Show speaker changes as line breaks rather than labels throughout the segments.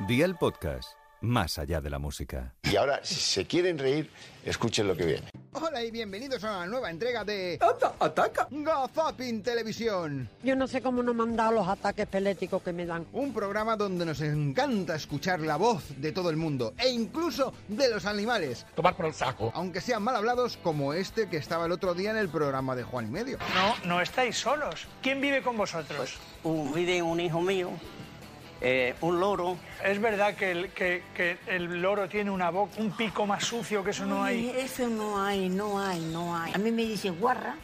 Día el podcast, más allá de la música.
Y ahora, si se quieren reír, escuchen lo que viene.
Hola y bienvenidos a una nueva entrega de
¡Anda, ataca!
Gazapin Televisión,
Yo no sé cómo no me han dado los ataques peléticos que me dan.
un programa donde nos encanta escuchar la voz de todo el mundo e incluso de los animales,
tomar por el saco.
aunque sean mal hablados como este que estaba el otro día en el programa de Juan y Medio.
No, no estáis solos. ¿Quién vive con vosotros?
un, vive un hijo mío, eh, un loro.
Es verdad que el, que- que el loro tiene una boca, un pico más sucio que eso no hay.
Eso no hay, no hay, no hay. A mí me dice guarra.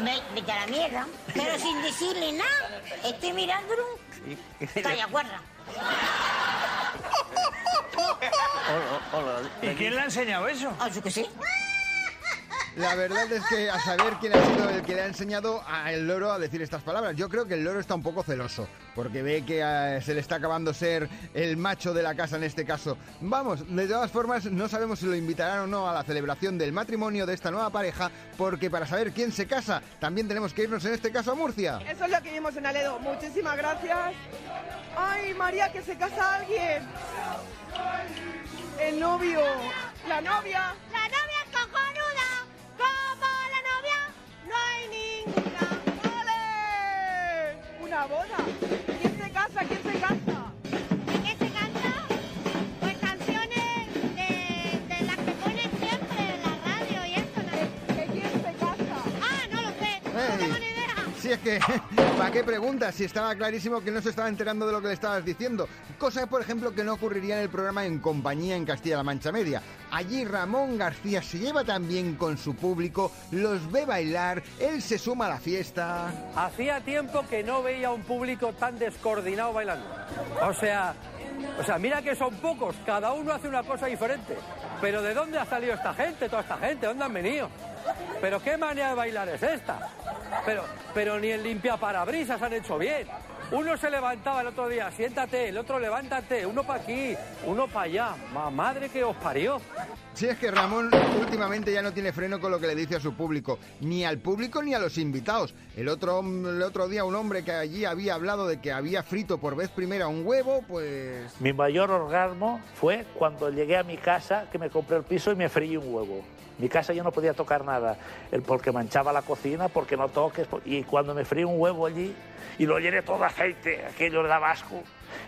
me, me da la mierda. Pero sin decirle nada, este estoy mirándolo. Calla, guarra.
¿Y quién le ha enseñado eso?
Ah, yo qué sé.
La verdad es que a saber quién ha sido el que le ha enseñado al loro a decir estas palabras. Yo creo que el loro está un poco celoso, porque ve que eh, se le está acabando ser el macho de la casa en este caso. Vamos, de todas formas, no sabemos si lo invitarán o no a la celebración del matrimonio de esta nueva pareja, porque para saber quién se casa, también tenemos que irnos en este caso a Murcia.
Eso es lo que vimos en Aledo. Muchísimas gracias. Ay, María, que se casa alguien. El novio. La novia.
La novia es cojonuda. Como la novia, no hay ninguna.
¡Ale! Una boda. ¿Quién se casa? ¿Quién se casa?
¿Qué se canta? Pues canciones de, de las que ponen siempre en la radio y esto. ¿no?
¿Que quién se casa?
Ah, no lo sé. No tengo ni idea.
Si es que, ¿para qué preguntas? Si estaba clarísimo que no se estaba enterando de lo que le estabas diciendo. Cosa, por ejemplo, que no ocurriría en el programa En Compañía en Castilla-La Mancha Media. Allí Ramón García se lleva también con su público, los ve bailar, él se suma a la fiesta.
Hacía tiempo que no veía un público tan descoordinado bailando. O sea, o sea, mira que son pocos, cada uno hace una cosa diferente. Pero ¿de dónde ha salido esta gente, toda esta gente? ¿Dónde han venido? Pero qué manera de bailar es esta. Pero, pero ni el limpia parabrisas han hecho bien. Uno se levantaba el otro día, siéntate, el otro levántate, uno para aquí, uno para allá. Ma madre que os parió.
Si es que Ramón últimamente ya no tiene freno con lo que le dice a su público, ni al público ni a los invitados. El otro, hom- el otro día un hombre que allí había hablado de que había frito por vez primera un huevo, pues...
Mi mayor orgasmo fue cuando llegué a mi casa, que me compré el piso y me freí un huevo. Mi casa yo no podía tocar nada, el- porque manchaba la cocina, porque no toques. por- Y cuando me freí un huevo allí y lo llené todo de aceite, aquello le daba asco.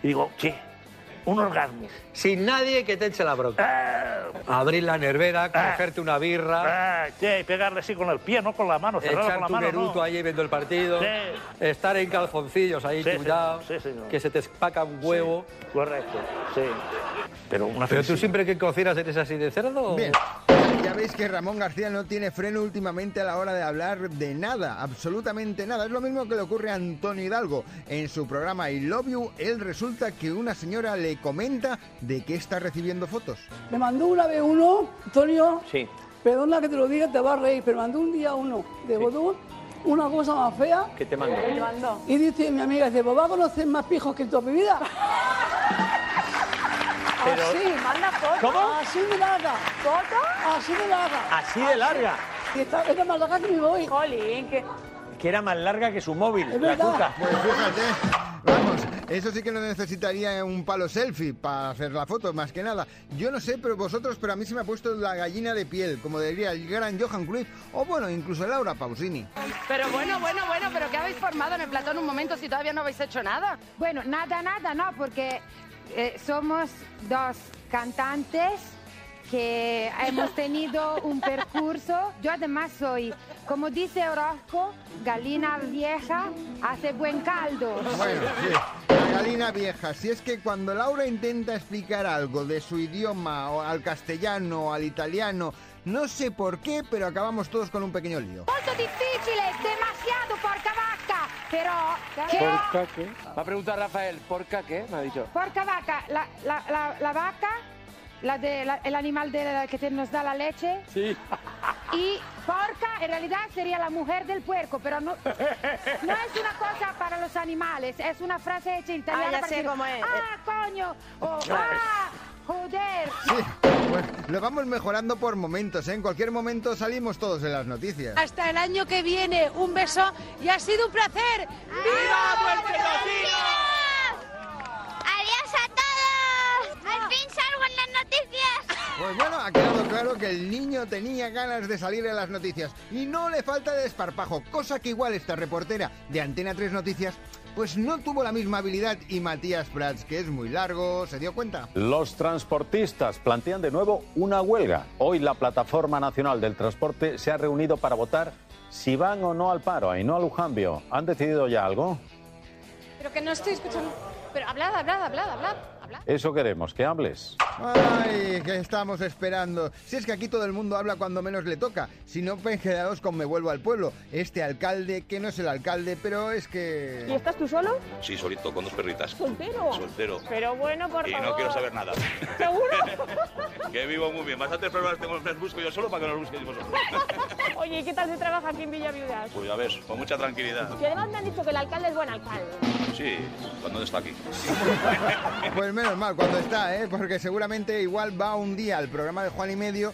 Y digo, ¿qué? Un orgasmo.
Sin nadie que te eche la bronca.
¡Ah!
Abrir la nervera,
Ah.
cogerte una birra.
¡Ah! Sí, y pegarle así con el pie, no con la mano, cerrarlo con
Echar
la
tu
mano. no.
Naruto ahí viendo el partido.
Sí.
Estar en calzoncillos ahí,
Sí,
cuidado.
señor. Sí, señor.
que se te espaca un huevo.
Correcto, sí. Pero una
Pero tú
felicidad.
siempre que cocinas eres así de cerdo. o-
Bien. Ya veis que Ramón García no tiene freno últimamente a la hora de hablar de nada, absolutamente nada. Es lo mismo que le ocurre a Antonio Hidalgo. En su programa I Love You, él resulta que una señora le comenta de que está recibiendo fotos.
Me mandó una vez uno, Antonio.
Sí.
Perdona que te lo diga, te vas a reír, pero mandó un día uno de Godú, una cosa más fea.
Que te mando.
Y dice mi amiga, dice, ¿vos vas a conocer más pijos que en toda mi vida? así, manda fotos. Así de larga. ¿Fotos? Así de larga.
Así de larga.
Y está, es más larga que mi móvil.
Que era más larga que su móvil.
Es la verdad. cuca.
Pues fíjate, vamos, eso sí que no necesitaría un palo selfie para hacer la foto, más que nada. Yo no sé, pero vosotros, pero a mí se me ha puesto la gallina de piel, como diría el gran Johan Cruyff, o bueno, incluso Laura Pausini.
Pero bueno, bueno, bueno, pero ¿qué habéis formado en el platón un momento si todavía no habéis hecho nada?
Bueno, nada, nada, no, porque eh, somos dos cantantes que hemos tenido un percurso. Yo además soy, como dice Orozco, galina vieja hace buen caldo.
Bueno, sí. La Galina vieja, si es que cuando Laura intenta explicar algo de su idioma o al castellano o al italiano, no sé por qué, pero acabamos todos con un pequeño lío.
Molto difficile, demasiado porca vaca, pero... ¿qué?
Va a preguntar Rafael, ¿por qué qué? Me ha dicho.
Porca vaca, la, la- la- la vaca, la de- la- el animal de la que te- nos da la leche.
Sí.
Y porca en realidad sería la mujer del puerco, pero no, no es una cosa para los animales, es una frase hecha en italiano.
Ah, ya
para
sé
decir,
cómo es.
Ah, coño, o ah, joder.
Sí, bueno, lo vamos mejorando por momentos, ¿eh? En cualquier momento salimos todos en las noticias.
Hasta el año que viene, un beso y ha sido un placer. ¡Viva Puerto Rico!
Pues bueno, ha quedado claro que el niño tenía ganas de salir en las noticias y no le falta desparpajo, cosa que igual esta reportera de Antena 3 Noticias pues no tuvo la misma habilidad y Matías Prats, que es muy largo, se dio cuenta.
Los transportistas plantean de nuevo una huelga. Hoy la Plataforma Nacional del Transporte se ha reunido para votar si van o no al paro y no a Lujambio. ¿Han decidido ya algo?
Pero que no estoy escuchando. Pero hablad, hablad, hablad, hablad.
Eso queremos, que hables.
Ay, que estamos esperando. Si es que aquí todo el mundo habla cuando menos le toca. Si no, pues quedaos con Me vuelvo al pueblo. Este alcalde, que no es el alcalde, pero es que...
¿Y estás tú solo?
Sí, solito, con dos perritas.
¿Soltero?
Soltero.
Pero bueno, por
y
favor.
no quiero saber nada.
¿Seguro?
Que vivo muy bien. Bastantes problemas tengo, me los busco yo solo para que no los busquéis vosotros.
Oye, ¿y qué tal se trabaja aquí en Villaviudas?
Pues ya ves, con mucha tranquilidad.
Que además me han dicho que el alcalde es buen alcalde.
Sí, cuando no está aquí.
Pues menos mal cuando está, ¿eh? Porque seguramente igual va un día al programa de Juan y Medio